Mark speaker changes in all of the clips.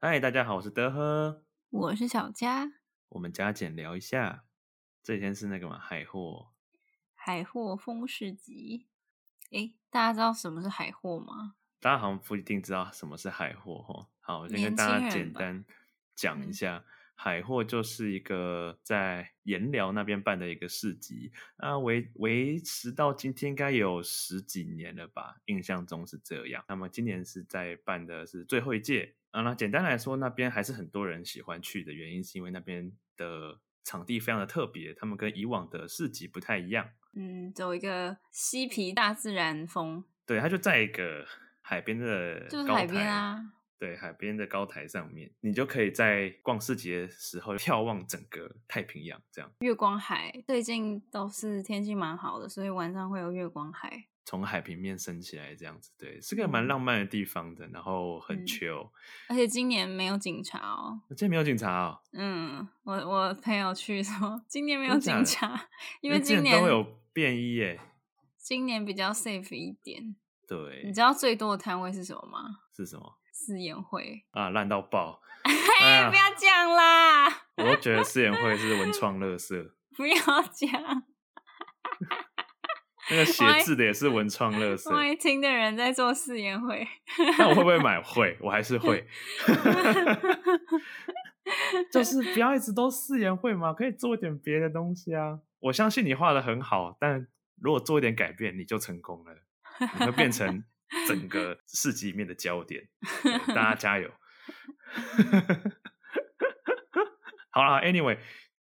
Speaker 1: 嗨，大家好，我是德赫，
Speaker 2: 我是小佳。
Speaker 1: 我们加减聊一下。这几天是那个嘛海货，
Speaker 2: 海货风市集，诶，大家知道什么是海货吗？
Speaker 1: 大家好像不一定知道什么是海货哦。好，我先跟
Speaker 2: 年
Speaker 1: 大家
Speaker 2: 轻人
Speaker 1: 简
Speaker 2: 吧
Speaker 1: 单讲一
Speaker 2: 嗯
Speaker 1: 下，海货就是一个在盐寮那边办的一个市集，啊，维维持到今天应该有十几年了吧，印象中是这样。那么今年是在办的是最后一届啊。那简单来说，那边还是很多人喜欢去的原因，是因为那边的场地非常的特别，他们跟以往的市集不太一样。
Speaker 2: 嗯，走一个嬉皮大自然风，
Speaker 1: 对，它就在一个海边的
Speaker 2: 就是
Speaker 1: 高
Speaker 2: 海边
Speaker 1: 台
Speaker 2: 啊。
Speaker 1: 对，海边的高台上面，你就可以在逛市集的时候 眺望整个太平洋，这样
Speaker 2: 月光海。最近都是天气蛮好的，所以晚上会有月光海。
Speaker 1: 从海平面升起来，这样子，对，是个蛮
Speaker 2: 嗯
Speaker 1: 浪漫的地方的，然后很
Speaker 2: 嗯
Speaker 1: chill。
Speaker 2: 而且今年没有警察哦。
Speaker 1: 我今天没有警察哦，
Speaker 2: 嗯，我我朋友去说今年没有
Speaker 1: 真的
Speaker 2: 警
Speaker 1: 假的
Speaker 2: 察，因为
Speaker 1: 之前
Speaker 2: 今年
Speaker 1: 都有便衣耶。
Speaker 2: 今年比较 safe 一点。你
Speaker 1: 对，
Speaker 2: 知道最多的摊位是什么吗？
Speaker 1: 是什么
Speaker 2: 私宴会。
Speaker 1: 啊？烂到 爆！哎
Speaker 2: 哎、
Speaker 1: 呀
Speaker 2: 不要讲啦，
Speaker 1: 我都觉得世演会是文创乐色，
Speaker 2: 不要讲。
Speaker 1: 那个写
Speaker 2: 我还
Speaker 1: 字的也是文创乐色。
Speaker 2: 万一听的人在做试验会，
Speaker 1: 但我会不会买？会，我还是会。 就是不要一直都誓言会嘛，可以做一点别的东西啊。我相信你画的很好，但如果做一点改变，你就成功了，你会变成整个市集里面的焦点。对大家加油！ 好啦 a n y w a y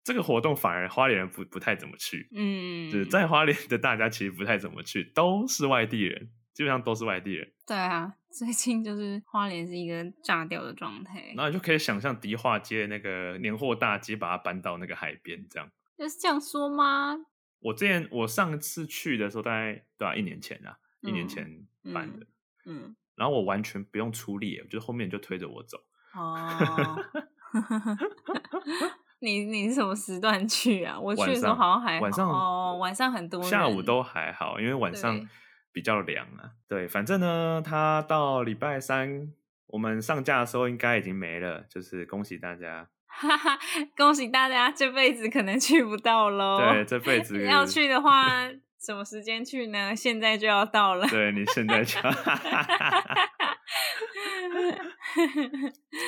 Speaker 1: 这个活动反而花莲人不不太怎么去，
Speaker 2: 嗯，
Speaker 1: 就是在花莲的大家其实不太怎么去，都是外地人，基本上都是外地人。
Speaker 2: 对啊， 最近就是花莲是一个炸掉的状态，
Speaker 1: 然后你就可以想象迪化街那个年货大街，把它搬到那个海边这样。
Speaker 2: 就是这样说吗？
Speaker 1: 我之前我上次去的时候，大概对啊，一年前啊，一年
Speaker 2: 嗯
Speaker 1: 前办的。
Speaker 2: 嗯，
Speaker 1: 然后我完全不用出力耶，就是后面就推着我走。
Speaker 2: 哦，你你是什么时段去啊？我去
Speaker 1: 晚
Speaker 2: 的时候
Speaker 1: 上
Speaker 2: 好像还好
Speaker 1: 晚上
Speaker 2: 哦，晚上很多人，
Speaker 1: 下午都还好，因为晚上
Speaker 2: 对
Speaker 1: 比较凉啊。对，反正呢，它到礼拜三我们上架的时候应该已经没了，就是恭喜大家。
Speaker 2: 哈哈，恭喜大家这辈子可能去不到喽。
Speaker 1: 对，这 辈子
Speaker 2: 哦要去的话，什么时间去呢？现在就要到了。
Speaker 1: 对你现在就。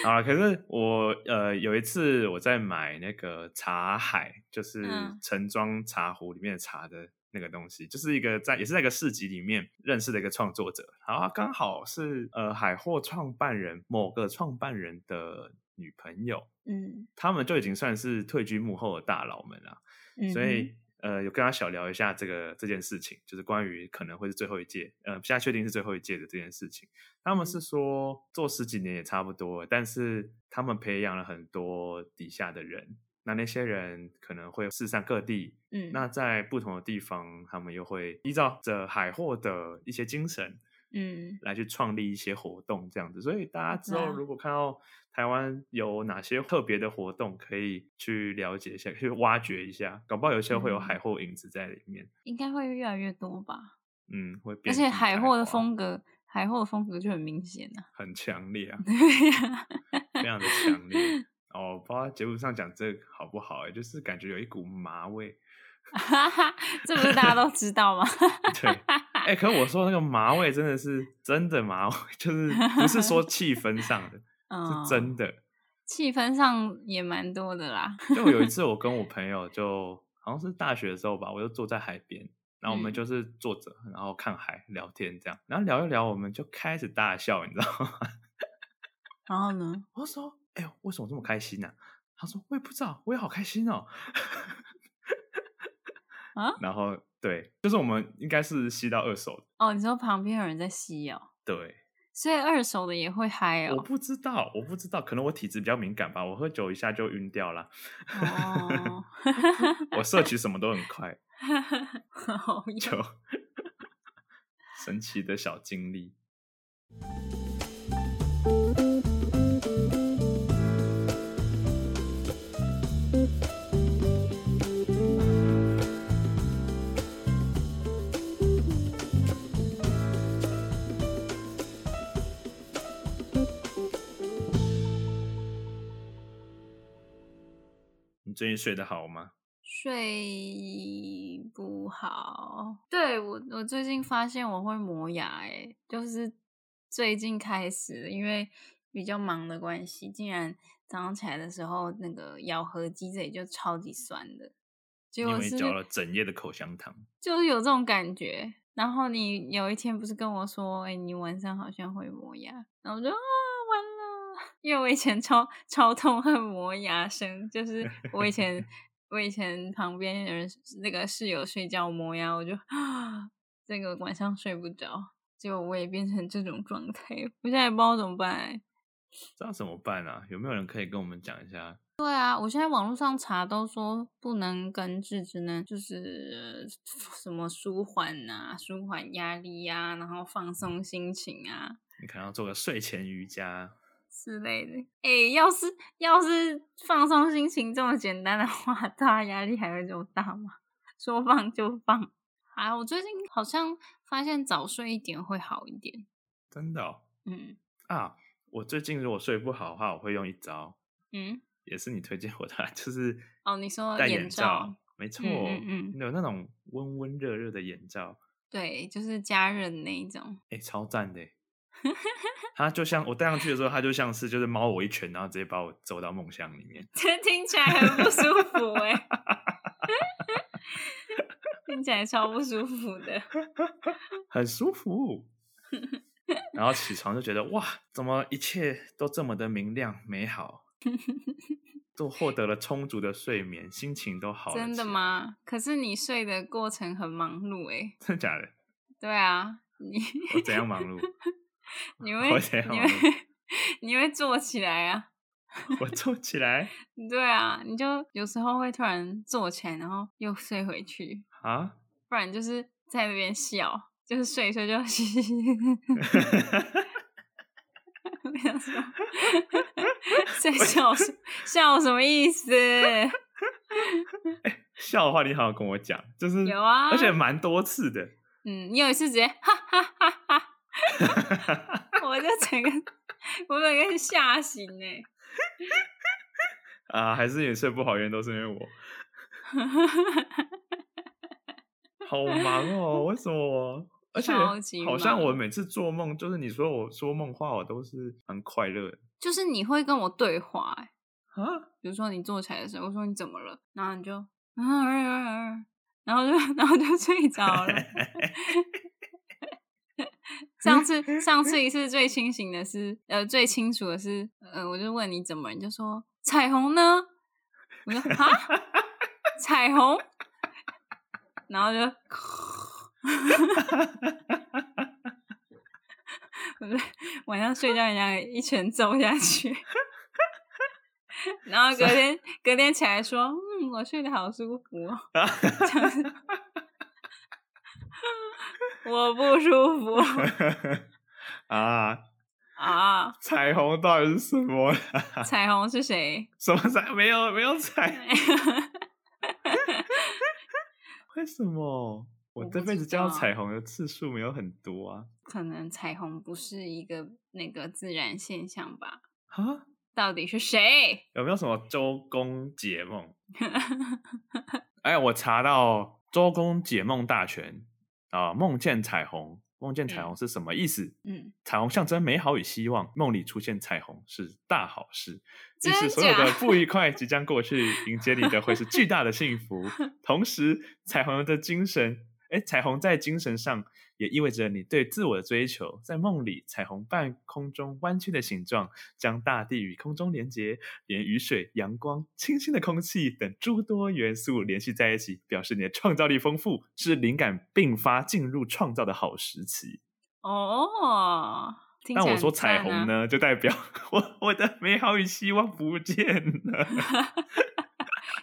Speaker 1: 好啊了，可是我呃有一次我在买那个茶海，就是
Speaker 2: 嗯
Speaker 1: 盛装茶壶里面的茶的那个东西，就是一个在也是在一个市集里面认识的一个创作者，然后他刚好是呃海货创办人某个创办人的女朋友，
Speaker 2: 嗯
Speaker 1: 他们就已经算是退居幕后的大佬们了。
Speaker 2: 嗯，
Speaker 1: 所以呃，有跟他小聊一下这个这件事情，就是关于可能会是最后一届，呃，现在确定是最后一届的这件事情。他们是说做十几年也差不多了，但是他们培养了很多底下的人，那那些人可能会世上各地，
Speaker 2: 嗯，
Speaker 1: 那在不同的地方，他们又会依照着海货的一些精神，
Speaker 2: 嗯
Speaker 1: 来去创立一些活动这样子。所以大家之后
Speaker 2: 哇
Speaker 1: 如果看到台湾有哪些特别的活动，可以去了解一下，去挖掘一下，搞不好有些会有
Speaker 2: 嗯
Speaker 1: 海货影子在里面。
Speaker 2: 应该会越来越多吧。
Speaker 1: 嗯，会遍
Speaker 2: 而
Speaker 1: 地
Speaker 2: 且海
Speaker 1: 开
Speaker 2: 货的
Speaker 1: 花
Speaker 2: 风格，海货的风格就很明显啊。，
Speaker 1: 很强烈啊
Speaker 2: 对呀、
Speaker 1: 非常的强烈。 哦，不知道节目上讲这个好不好、欸，就是感觉有一股麻 味。
Speaker 2: 哈哈，这不是大家都知道吗？
Speaker 1: 对，哎、可我说那个麻味真的是真的麻味， 就是不是说气氛上的，
Speaker 2: 嗯，
Speaker 1: 是真的。
Speaker 2: 气氛上也蛮多的啦。
Speaker 1: 就有一次，我跟我朋友就好像是大学的时候吧，我就坐在海边，然后我们
Speaker 2: 嗯
Speaker 1: 就是坐着，然后看海聊天这样，然后聊一聊，我们就开始大笑，你知道吗？
Speaker 2: 然后呢？
Speaker 1: 我就说：“哎、呦，为什么这么开心呢、他说：“我也不知道，我也好开心哦。
Speaker 2: 啊”
Speaker 1: 然后对，就是我们应该是吸到二手的，
Speaker 2: 哦，你说旁边有人在吸哦，
Speaker 1: 对，
Speaker 2: 所以二手的也会嗨
Speaker 1: 我
Speaker 2: 哦。
Speaker 1: 不知道，我不知道，可能我体质比较敏感吧，我喝酒一下就晕掉 了，
Speaker 2: 哦，
Speaker 1: 我摄取什么都很快，
Speaker 2: 好呀
Speaker 1: 就 神奇的小经历。最近睡得好吗？
Speaker 2: 睡不好。对我，我最近发现我会磨牙、欸，诶，就是最近开始，因为比较忙的关系，竟然早上起来的时候，那个咬合肌这里就超级酸的，结
Speaker 1: 因
Speaker 2: 果
Speaker 1: 为
Speaker 2: 是
Speaker 1: 嚼了整夜的口香糖，
Speaker 2: 就是有这种感觉。然后你有一天不是跟我说，哎、你晚上好像会磨牙，然后我就啊完了， 因为我以前超超痛恨磨牙声，就是我以前我以前旁边有人那个室友睡觉磨牙，我就啊这个晚上睡不着，结果我也变成这种状态，我现在也不知道怎么办、哎
Speaker 1: 这样怎么办啊？有没有人可以跟我们讲一下？
Speaker 2: 对啊，我现在网络上查都说不能根治，只能就是 呃什么舒缓啊、舒缓压力呀、然后放松心情啊
Speaker 1: 你可能要做个睡前瑜伽，
Speaker 2: 之类的。哎、要是要是放松心情这么简单的话，大家压力还会这么大吗？ 说放就放啊！我最近好像发现早睡一点会好一点。
Speaker 1: 真的、哦、
Speaker 2: 嗯
Speaker 1: 啊！我最近如果睡不好的话，我会用一招，
Speaker 2: 嗯，
Speaker 1: 也是你推荐我的啊，就是
Speaker 2: 哦你说
Speaker 1: 戴
Speaker 2: 眼
Speaker 1: 眼
Speaker 2: 罩，
Speaker 1: 没错，
Speaker 2: 嗯嗯
Speaker 1: 有那种温温热热的眼罩，
Speaker 2: 对，就是家人那一种。
Speaker 1: 哎、超赞的欸。它就像我戴上去的时候，它就像是就是猫我一拳，然后直接把我揍到梦乡里面。
Speaker 2: 这听起来很不舒服哎、 听起来超不舒服的。
Speaker 1: 很舒服。然后起床就觉得哇，怎么一切都这么的明亮美 好，都获得了充足的睡眠，心情都好了。
Speaker 2: 真的？吗？可是你睡的过程很忙碌哎、
Speaker 1: 真的假的？
Speaker 2: 对啊，你
Speaker 1: 我怎样忙碌？
Speaker 2: 你
Speaker 1: 我
Speaker 2: 会
Speaker 1: 怎样
Speaker 2: 你
Speaker 1: 忙
Speaker 2: 会
Speaker 1: 碌？
Speaker 2: 你会坐起来啊？
Speaker 1: 我坐起来
Speaker 2: 对啊，你就有时候会突然坐起来，然后又睡回去，
Speaker 1: 啊？
Speaker 2: 不然就是在那边笑，就是睡一睡就嘻嘻嘻。我想说，在笑什笑什么意思？
Speaker 1: 笑话你好好跟我讲，就是
Speaker 2: 有啊
Speaker 1: 而且蛮多次的。
Speaker 2: 嗯，你有一次直接哈哈哈哈， 我就整个我整个吓醒哎、
Speaker 1: 啊，还是你睡不好，原因都是因为我，好忙哦，为什么？而且
Speaker 2: 超级
Speaker 1: 好像
Speaker 2: 忙
Speaker 1: 我每次做梦，就是你说我说梦话，我都是蛮快乐的
Speaker 2: 就是你会跟我对话哎、
Speaker 1: 啊。
Speaker 2: 比如说你坐起来的时候，我说你怎么了，然后你就啊啊啊啊，然后就 然后就睡着了。 上次上次一次最清醒的是，呃，最清楚的是，呃，我就问你怎么了，你就说彩虹呢？我说啊，彩虹，然后就我就晚上睡觉，人家一拳揍下去。 然后隔天隔天起来说，嗯，我睡得好舒服、哦。
Speaker 1: 啊
Speaker 2: 我不舒服
Speaker 1: 啊，
Speaker 2: 啊！
Speaker 1: 彩虹到底是什么啦？
Speaker 2: 彩虹是谁？
Speaker 1: 什么彩？没有没有彩？ 为什么？我
Speaker 2: 我
Speaker 1: 这
Speaker 2: 不
Speaker 1: 辈
Speaker 2: 知
Speaker 1: 子见到
Speaker 2: 道
Speaker 1: 彩虹的次数没有很多啊！
Speaker 2: 可能彩虹不是一个那个自然现象吧？
Speaker 1: 啊，
Speaker 2: 到底是谁？
Speaker 1: 有没有什么周公解梦？哎，我查到周公解梦大全啊，梦见彩虹，梦见彩虹是什么意思？
Speaker 2: 嗯，
Speaker 1: 彩虹象征美好与希望，梦里出现彩虹是大好事，
Speaker 2: 真
Speaker 1: 预示所有的
Speaker 2: 假
Speaker 1: 不 愉快即将过去，迎接你的会是巨大的幸福。同时，彩虹的精神，哎，彩虹在精神上也意味着你对自我的追求。在梦里，彩虹半空中弯曲的形状，将大地与空中连接，连雨水、阳光、清新的空气等诸多元素联系在一起，表示你的创造力丰富，是灵感并发进入创造的好时期。
Speaker 2: 哦，听
Speaker 1: 但
Speaker 2: 起来
Speaker 1: 我
Speaker 2: 很
Speaker 1: 说彩
Speaker 2: 赞啊
Speaker 1: 虹？呢，就代表 我我的美好与希望不见 了。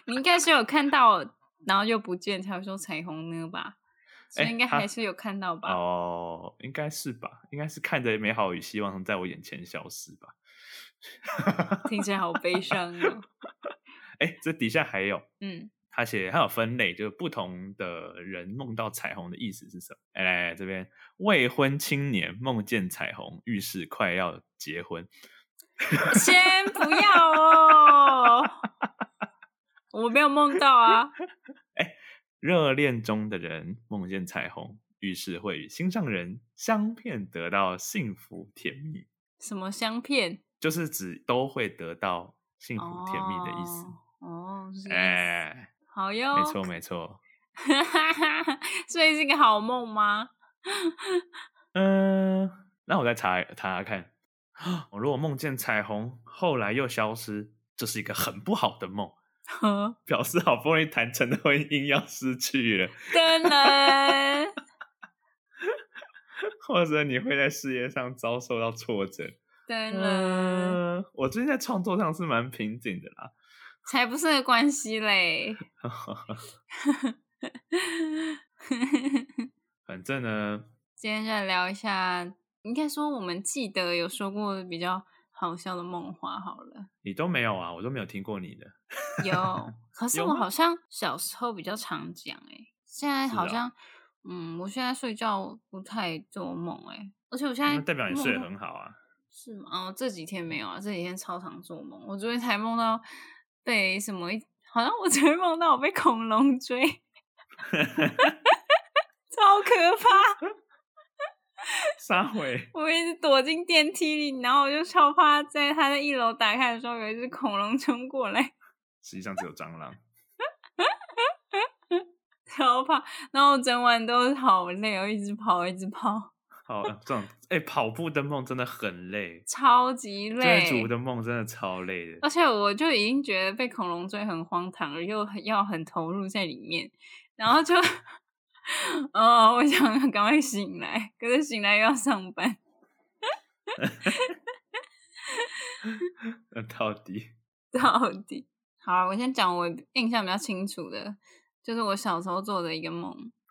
Speaker 2: 你应该是有看到，然后又不见才会说彩虹呢吧？所以
Speaker 1: 哎
Speaker 2: 应该
Speaker 1: 他
Speaker 2: 还是有看到吧？
Speaker 1: 哦，应该是吧？应该是看着美好与希望在我眼前消失吧？
Speaker 2: 听起来好悲伤 哦。
Speaker 1: 哎，这底下还有。
Speaker 2: 嗯，
Speaker 1: 他写他有分类，就是不同的人梦到彩虹的意思是什么？哎，来来这边，未婚青年梦见彩虹，预示快要结婚。
Speaker 2: 先不要哦。我没有梦到啊。
Speaker 1: 热恋中的人梦见彩虹，于是会与心上人相骗，得到幸福甜蜜，
Speaker 2: 什么香片？
Speaker 1: 就是指都会得到幸福甜蜜的意思。
Speaker 2: 哦，哦是这个意思
Speaker 1: 哎、
Speaker 2: 好哟，
Speaker 1: 没错没错。
Speaker 2: 错， 所以是个好梦吗？
Speaker 1: 嗯，那我再查查查看。我如果梦见彩虹，后来又消失，这是一个很不好的梦，
Speaker 2: 呵
Speaker 1: 表示好不容易谈成的婚姻要失去了，
Speaker 2: 噔噔，
Speaker 1: 或者你会在事业上遭受到挫折。
Speaker 2: 噔噔，
Speaker 1: 嗯、我最近在创作上是蛮瓶颈的啦。
Speaker 2: 才不是个关 系嘞。
Speaker 1: 反正呢，
Speaker 2: 今天再聊一下，应该说我们记得有说过比较好笑的梦话好了。
Speaker 1: 你都没有啊，我都没有听过你的。
Speaker 2: 有，可是
Speaker 1: 有
Speaker 2: 我
Speaker 1: 吗
Speaker 2: 好像小时候比较常讲哎、现在
Speaker 1: 是
Speaker 2: 好
Speaker 1: 啊
Speaker 2: 像，嗯，我现在睡觉不太做梦哎、而且我现在
Speaker 1: 那代表你
Speaker 2: 梦
Speaker 1: 睡得
Speaker 2: 到
Speaker 1: 很好啊。
Speaker 2: 是吗？哦，这几天没有啊，这几天超常做梦。我昨天才梦到被什么一，好像我昨天梦到我被恐龙 追， 超可怕！
Speaker 1: 撒回
Speaker 2: 我一直躲进电梯里，然后我就超怕在它在一楼打开的时候有一只恐龙冲过来，
Speaker 1: 实际上只有蟑螂。
Speaker 2: 超怕。然后我整晚都好累，我一直跑，一直跑，
Speaker 1: 好，这种哎、跑步的梦真的很累，
Speaker 2: 超级累。
Speaker 1: 追逐的梦真的超累的。
Speaker 2: 而且我就已经觉得被恐龙追很荒唐，又很要很投入在里面，然后就， 哦，我想赶快醒来，可是醒来又要上班，
Speaker 1: 那到底
Speaker 2: 到底。好，啊我先讲我印象比较清楚的，就是我小时候做的一个梦，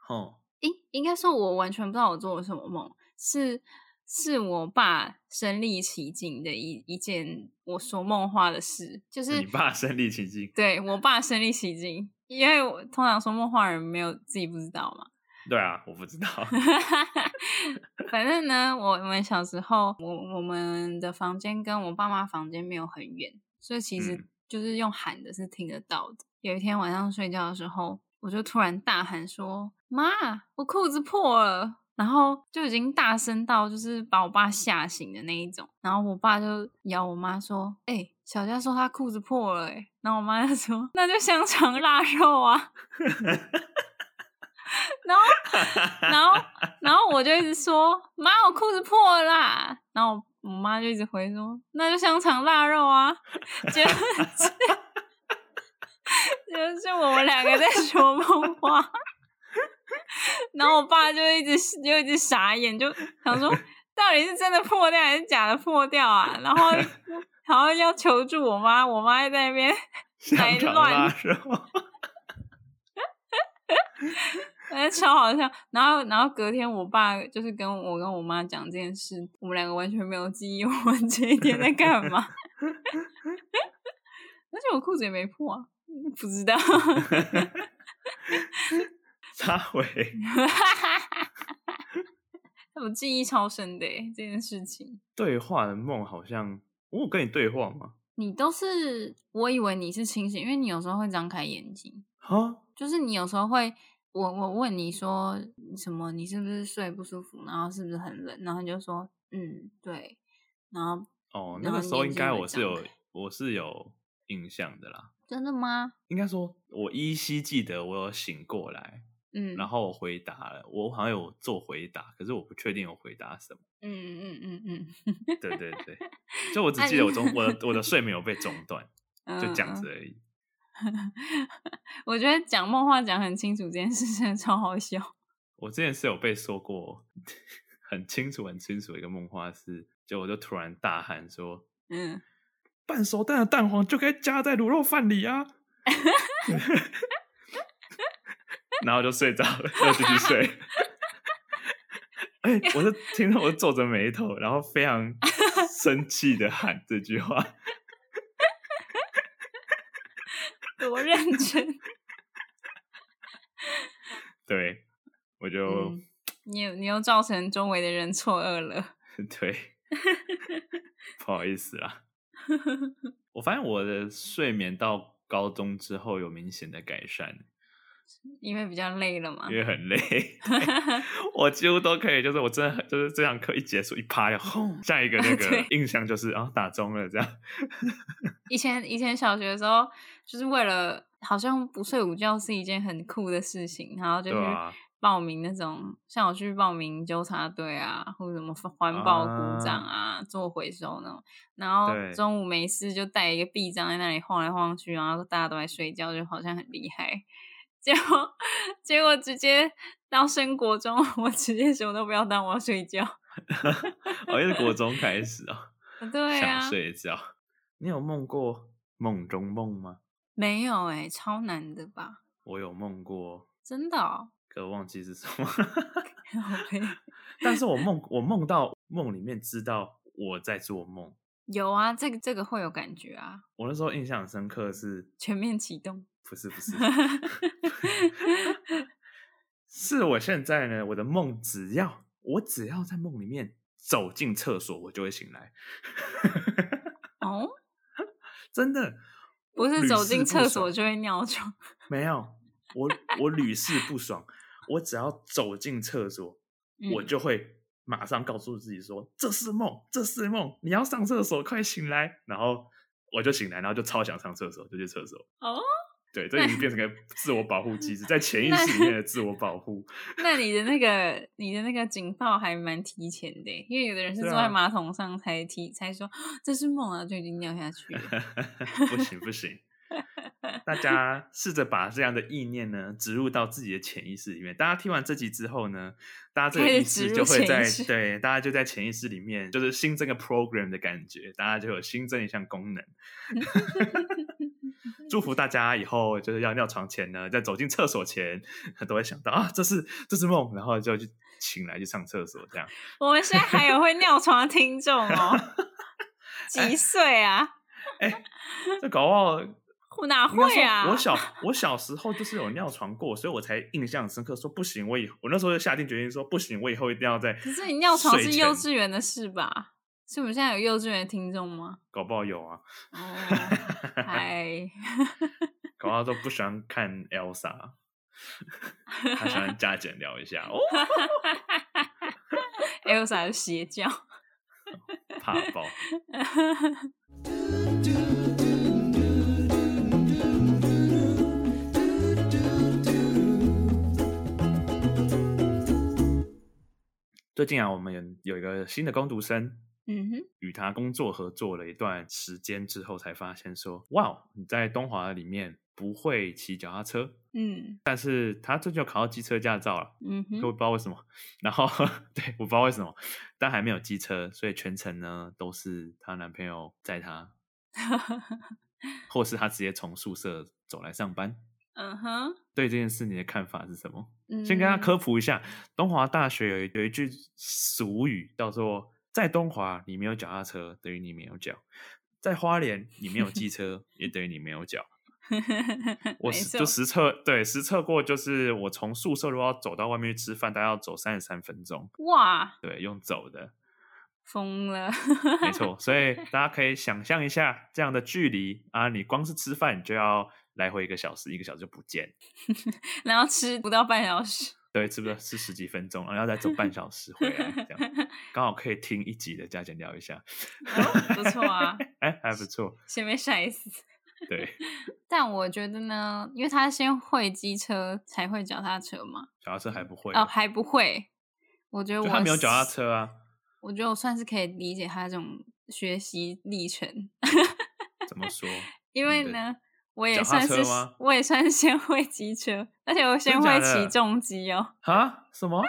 Speaker 1: 哦，
Speaker 2: 应应该说我完全不知道我做了什么梦，是是我爸身历其境的一一件我说梦话的事，就是
Speaker 1: 你爸身临其境，
Speaker 2: 对我爸身临其境，因为我通常说梦话人没有自己不知道嘛。
Speaker 1: 对啊，我不知道。
Speaker 2: 反正呢，我我们小时候，我我们的房间跟我爸妈房间没有很远，所以其实
Speaker 1: 嗯
Speaker 2: 就是用喊的是听得到的。有一天晚上睡觉的时候，我就突然大喊说：“妈，我裤子破了！”然后就已经大声到就是把我爸吓醒的那一种。然后我爸就咬我妈说：“哎、小佳说她裤子破了、欸。”哎，然后我妈就说：“那就香肠腊肉啊。”然后然后，然后我就一直说：“妈，我裤子破了啦。”然后我妈就一直回说：“那就香肠腊肉啊。”结果 就是我们两个在说梦话。然后我爸就一直就一直傻眼，就想说到底是真的破掉还是假的破掉啊？然后然后要求助我妈，我妈在那边
Speaker 1: 香肠腊 肉，
Speaker 2: 哎，超好笑。然后，然后隔天，我爸就是跟我跟我妈讲这件事，我们两个完全没有记忆，我们这一天在干嘛。而且我裤子也没破啊，不知道。
Speaker 1: 撒回。
Speaker 2: 我记忆超深的耶这件事情，
Speaker 1: 对话的梦好像我有跟你对话吗？
Speaker 2: 你都是我以为你是清醒，因为你有时候会张开眼睛，
Speaker 1: 啊，
Speaker 2: 就是你有时候会。我我问你说什么？你是不是睡不舒服？然后是不是很冷？然后你就说嗯对，然后
Speaker 1: 哦，那
Speaker 2: 然后
Speaker 1: 个时候
Speaker 2: 眼
Speaker 1: 应
Speaker 2: 睛
Speaker 1: 该
Speaker 2: 会
Speaker 1: 我是
Speaker 2: 张
Speaker 1: 有
Speaker 2: 开
Speaker 1: 我是有印象的啦。
Speaker 2: 真的吗？
Speaker 1: 应该说，我依稀记得我有醒过来，
Speaker 2: 嗯，
Speaker 1: 然后我回答了，我好像有做回答，可是我不确定我回答什么。
Speaker 2: 嗯嗯嗯
Speaker 1: 对对对，就我只
Speaker 2: 啊
Speaker 1: 记得
Speaker 2: 你
Speaker 1: 我中我的我的 睡眠有被中断，
Speaker 2: 嗯，
Speaker 1: 就这样
Speaker 2: 嗯。
Speaker 1: 子
Speaker 2: 嗯
Speaker 1: 而已。
Speaker 2: 我觉得讲梦话讲很清楚这件事真的超好笑。
Speaker 1: 我之前是有被说过， 很清楚很清楚的一个梦话是，就我就突然大喊说，
Speaker 2: 嗯，
Speaker 1: 半熟蛋的蛋黄就该加在卤肉饭里啊。 然后就睡着了，又继续睡。 哎、我就听到我皱着眉头，然后非常生气的喊这句话。
Speaker 2: 多认 真。
Speaker 1: 对，我就、
Speaker 2: 嗯你有你又造成周围的人错愕了。
Speaker 1: 对， 不好意思啦。我发现我的睡眠到高中之后有明显的改善，
Speaker 2: 因为比较累了嘛
Speaker 1: 因。为很累。我几乎都可以，就是我真的很就是这堂课一结束一趴要轰，下一个那个
Speaker 2: 嗯 对
Speaker 1: 印象就是啊打中了这 样。
Speaker 2: 以前以前小学的时候，就是为了好像不睡午觉是一件很酷的事情，然后就
Speaker 1: 对
Speaker 2: 是
Speaker 1: 啊
Speaker 2: 报名那种，像我去报名纠察队啊，或者什么环保
Speaker 1: 啊
Speaker 2: 鼓掌啊，做回收那种。然后
Speaker 1: 对
Speaker 2: 中午没事就带一个臂章在那里晃来晃去，然后大家都在睡觉，就好像很厉害。结果结果直接到升国中， 我直接什么都不要当，我要睡觉。
Speaker 1: 哦，也是国中开始啊，
Speaker 2: 对
Speaker 1: 想
Speaker 2: 啊，
Speaker 1: 睡觉。你有梦过梦中梦吗？
Speaker 2: 没有哎、超难的吧？
Speaker 1: 我有梦过，
Speaker 2: 真的、哦，
Speaker 1: 可忘记是什么。
Speaker 2: 靠北
Speaker 1: 但是我梦我梦到梦里面知道我在做梦。
Speaker 2: 有啊，这个这个会有感觉啊，
Speaker 1: 我那时候印象很深刻是，
Speaker 2: 全面启动。
Speaker 1: 不是不 是，是我现在呢，我的梦只要我只要在梦里面走进厕所，我就会醒来，
Speaker 2: 哦，
Speaker 1: 真的
Speaker 2: 不
Speaker 1: 屡
Speaker 2: 是走
Speaker 1: 试
Speaker 2: 进
Speaker 1: 不
Speaker 2: 厕
Speaker 1: 爽
Speaker 2: 所就会尿床。
Speaker 1: 没有，我我屡试不爽，我只要走进厕所，我
Speaker 2: 嗯
Speaker 1: 就会马上告诉自己说：“这是梦，这是梦，你要上厕所，快醒来。”然后我就醒来，然后就超想上厕所，就去厕所。
Speaker 2: 哦，
Speaker 1: 对，这已经变成个自我保护机制，在潜意识里面的自我保护。
Speaker 2: 那你的那个你的那个警报还蛮提前的耶，因为有的人是
Speaker 1: 对
Speaker 2: 坐
Speaker 1: 啊
Speaker 2: 在马桶上才提、才说这是梦啊，就已经尿下去了。
Speaker 1: 不行不行，大家试着把这样的意念呢植入到自己的潜意识里面。大家听完这集之后呢，大家这个
Speaker 2: 开始
Speaker 1: 意识
Speaker 2: 植入
Speaker 1: 就会
Speaker 2: 潜意
Speaker 1: 在
Speaker 2: 识
Speaker 1: 对，大家就在潜意识里面就是新增个 program 的感觉，大家就有新增一项功能。 祝福大家以后就是要尿床前呢，在走进厕所前都会想到啊，这是这是梦，然后就去醒来去上厕所这样。
Speaker 2: 我们现在还有会尿床的听 众哦，几岁啊？
Speaker 1: 这搞不好
Speaker 2: 哪
Speaker 1: 应该
Speaker 2: 会
Speaker 1: 说
Speaker 2: 啊？
Speaker 1: 我 小我小时候就是有尿床过，所以我才印象深刻。说不行，我以我那时候就下定决心说不行，我以后一定要在。
Speaker 2: 可是你尿床
Speaker 1: 睡
Speaker 2: 是
Speaker 1: 前
Speaker 2: 幼稚园的事吧？是我们现在有幼稚园的听众吗？
Speaker 1: 搞不好有啊，
Speaker 2: 哦， 嗨，
Speaker 1: 搞不好都不喜欢看 Elsa，他喜欢加减聊一下哦，
Speaker 2: Elsa 是邪教。
Speaker 1: 怕爆。最近啊，我们有有一个新的工读生，
Speaker 2: 嗯哼，
Speaker 1: 与他工作合作了一段时间之后，才发现说，哇，哦你在东华里面不会骑脚踏车，
Speaker 2: 嗯
Speaker 1: 但是他最近有考到机车驾照了，
Speaker 2: 嗯
Speaker 1: 可我
Speaker 2: 哼，
Speaker 1: 不知道为什么。然后 对，我不知道为什么，但还没有机车，所以全程呢都是她男朋友载 她，或是她直接从宿舍走来上班。
Speaker 2: 嗯哼，
Speaker 1: 对这件事你的看法是什么？
Speaker 2: 嗯
Speaker 1: 先跟大家 科普一下，东华大学有一有一句俗语叫做“在东华你没有脚踏车，等于你没有脚；在花莲你没有 机车，也等于你没有脚。”我
Speaker 2: 没
Speaker 1: 实
Speaker 2: 错
Speaker 1: 就实测，对实测过，就是我从宿舍如果要走到外面去吃饭，大概要走三十三分钟，
Speaker 2: 哇，
Speaker 1: 对，用走的，
Speaker 2: 疯了，
Speaker 1: 没错。所以大家可以想象一下这样的距离啊，你光是吃饭就要来回一个小时，一个小时就不见，
Speaker 2: 然后吃不到半小时，
Speaker 1: 对，吃不到吃十几分钟，然后再走半小时回来，这样 刚好可以听一集的加减聊一下，
Speaker 2: 哦，不 错啊，
Speaker 1: 哎，还不错，
Speaker 2: 先被晒死。
Speaker 1: 对，
Speaker 2: 但我觉得呢，因为他先会机车才会脚踏车嘛，
Speaker 1: 脚踏车还不会，
Speaker 2: 哦，还不会，我觉得
Speaker 1: 就
Speaker 2: 我
Speaker 1: 他没有脚踏，车啊，
Speaker 2: 我觉得我算是可以理解他这种学习历程，
Speaker 1: 怎么说？
Speaker 2: 因
Speaker 1: 嗯嗯
Speaker 2: 为
Speaker 1: 对
Speaker 2: 呢，我也
Speaker 1: 脚踏
Speaker 2: 算
Speaker 1: 车
Speaker 2: 是
Speaker 1: 吗
Speaker 2: 我也算是先会机车，而且我先
Speaker 1: 真假
Speaker 2: 会
Speaker 1: 的
Speaker 2: 起重机哦。
Speaker 1: 啊？什 么？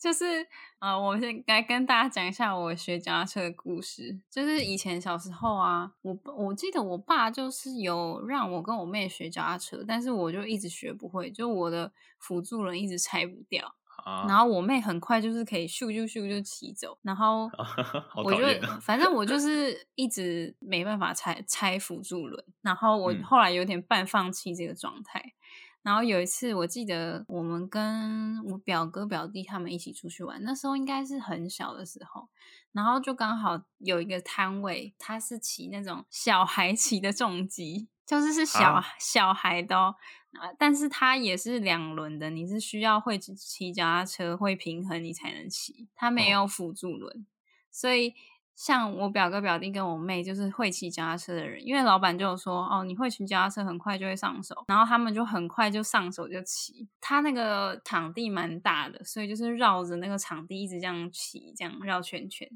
Speaker 2: 就是啊、呃我先来跟大家讲一下我学脚踏车的故事。就是以前小时候啊，我我记得我爸就是有让我跟我妹学脚踏车，但是我就一直学不会，就我的辅助轮一直拆不掉。
Speaker 1: 啊，
Speaker 2: 然后我妹很快就是可以咻咻咻就骑走，然后
Speaker 1: 好
Speaker 2: 我
Speaker 1: 讨
Speaker 2: 就
Speaker 1: 厌 啊！
Speaker 2: 反正我就是一直没办法拆拆辅助轮，然后我
Speaker 1: 嗯
Speaker 2: 后来有点半放弃这个状态。然后有一次，我记得我们跟我表哥表弟他们一起出去玩，那时候应该是很小的时候，然后就刚好有一个摊位，他是骑那种小孩骑的重机，就是是小、
Speaker 1: 啊
Speaker 2: 小孩的哦，啊但是它也是两轮的，你是需要会骑骑脚踏车、会平衡你才能骑，它没
Speaker 1: 哦
Speaker 2: 有辅助轮，所以像我表哥、表弟跟我妹就是会骑脚踏车的人，因为老板就有说哦，你会骑脚踏车很快就会上手，然后他们就很快就上手就骑。他那个场地蛮大的，所以就是绕着那个场地一直这样骑，这样绕圈圈。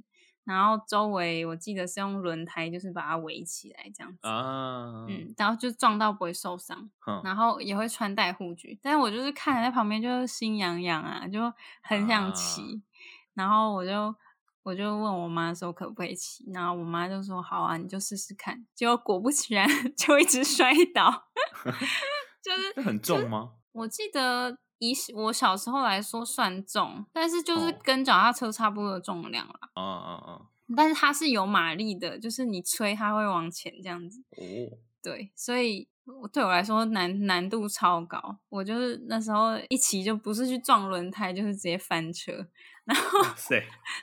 Speaker 2: 然后周围我记得是用轮胎，就是把它围起来这样子。
Speaker 1: 啊，
Speaker 2: 嗯，然后就撞到不会受伤，
Speaker 1: 哼，
Speaker 2: 然后也会穿戴护具。但是我就是看着在旁边就是心痒痒啊，就很想骑，
Speaker 1: 啊
Speaker 2: 然后我就我就问我妈说可不可以骑，然后我妈就说好啊，你就试试看。结果果不其然 就一直摔 倒，就是
Speaker 1: 这很重吗？
Speaker 2: 我记得以我小时候来说算重，但是就是
Speaker 1: 哦
Speaker 2: 跟脚踏车差不多的重量啦。
Speaker 1: 啊啊啊！
Speaker 2: 但是它是有马力的，就是你吹它会往前这样子。
Speaker 1: 哦，
Speaker 2: 对，所以我对我来说难难度超高。我就是那时候一骑就不是去撞轮胎，就是直接翻车。然后
Speaker 1: 哇塞，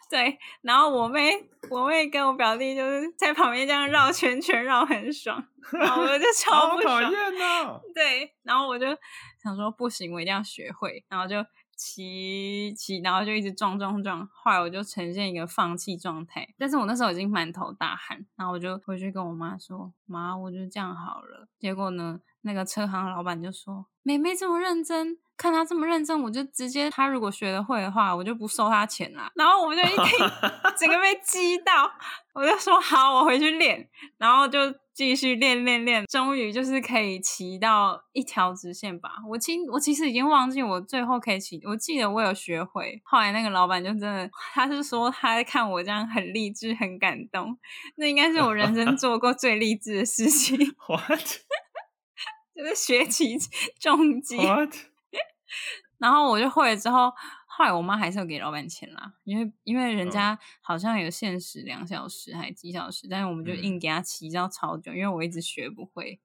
Speaker 2: 对，然后我妹我妹跟我表弟就是在旁边这样绕圈圈绕很爽，然后我就 超
Speaker 1: 好
Speaker 2: 不
Speaker 1: 讨
Speaker 2: 爽。
Speaker 1: 厌哦！
Speaker 2: 对，然后我就想说不行，我一定要学会，然后就骑骑，然后就一直撞撞撞，后来我就呈现一个放弃状态，但是我那时候已经满头大汗，然后我就回去跟我妈说，妈，我就这样好了。结果呢，那个车行老板就说，妹妹这么认真。看她这么认真，我就直接她如果学得会的话，我就不收她钱啦。然后我就一听，整个被激到，我就说好，我回去练，然后就继续练练练，终于就是可以骑到一条直线吧。我其我其实已经忘记我最后可以骑，我记得我有学会。后来那个老板就真的，他是说他在看我这样很励志，很感动。那应该是我人生做过最励志的事情，
Speaker 1: what
Speaker 2: 就是学骑重机。
Speaker 1: what？
Speaker 2: 然后我就会了之后，后来我妈还是有给老板钱啦，因为因为人家好像有限时两小时还几小时，但是我们就
Speaker 1: 嗯
Speaker 2: 硬给他骑到超久，因为我一直学不会。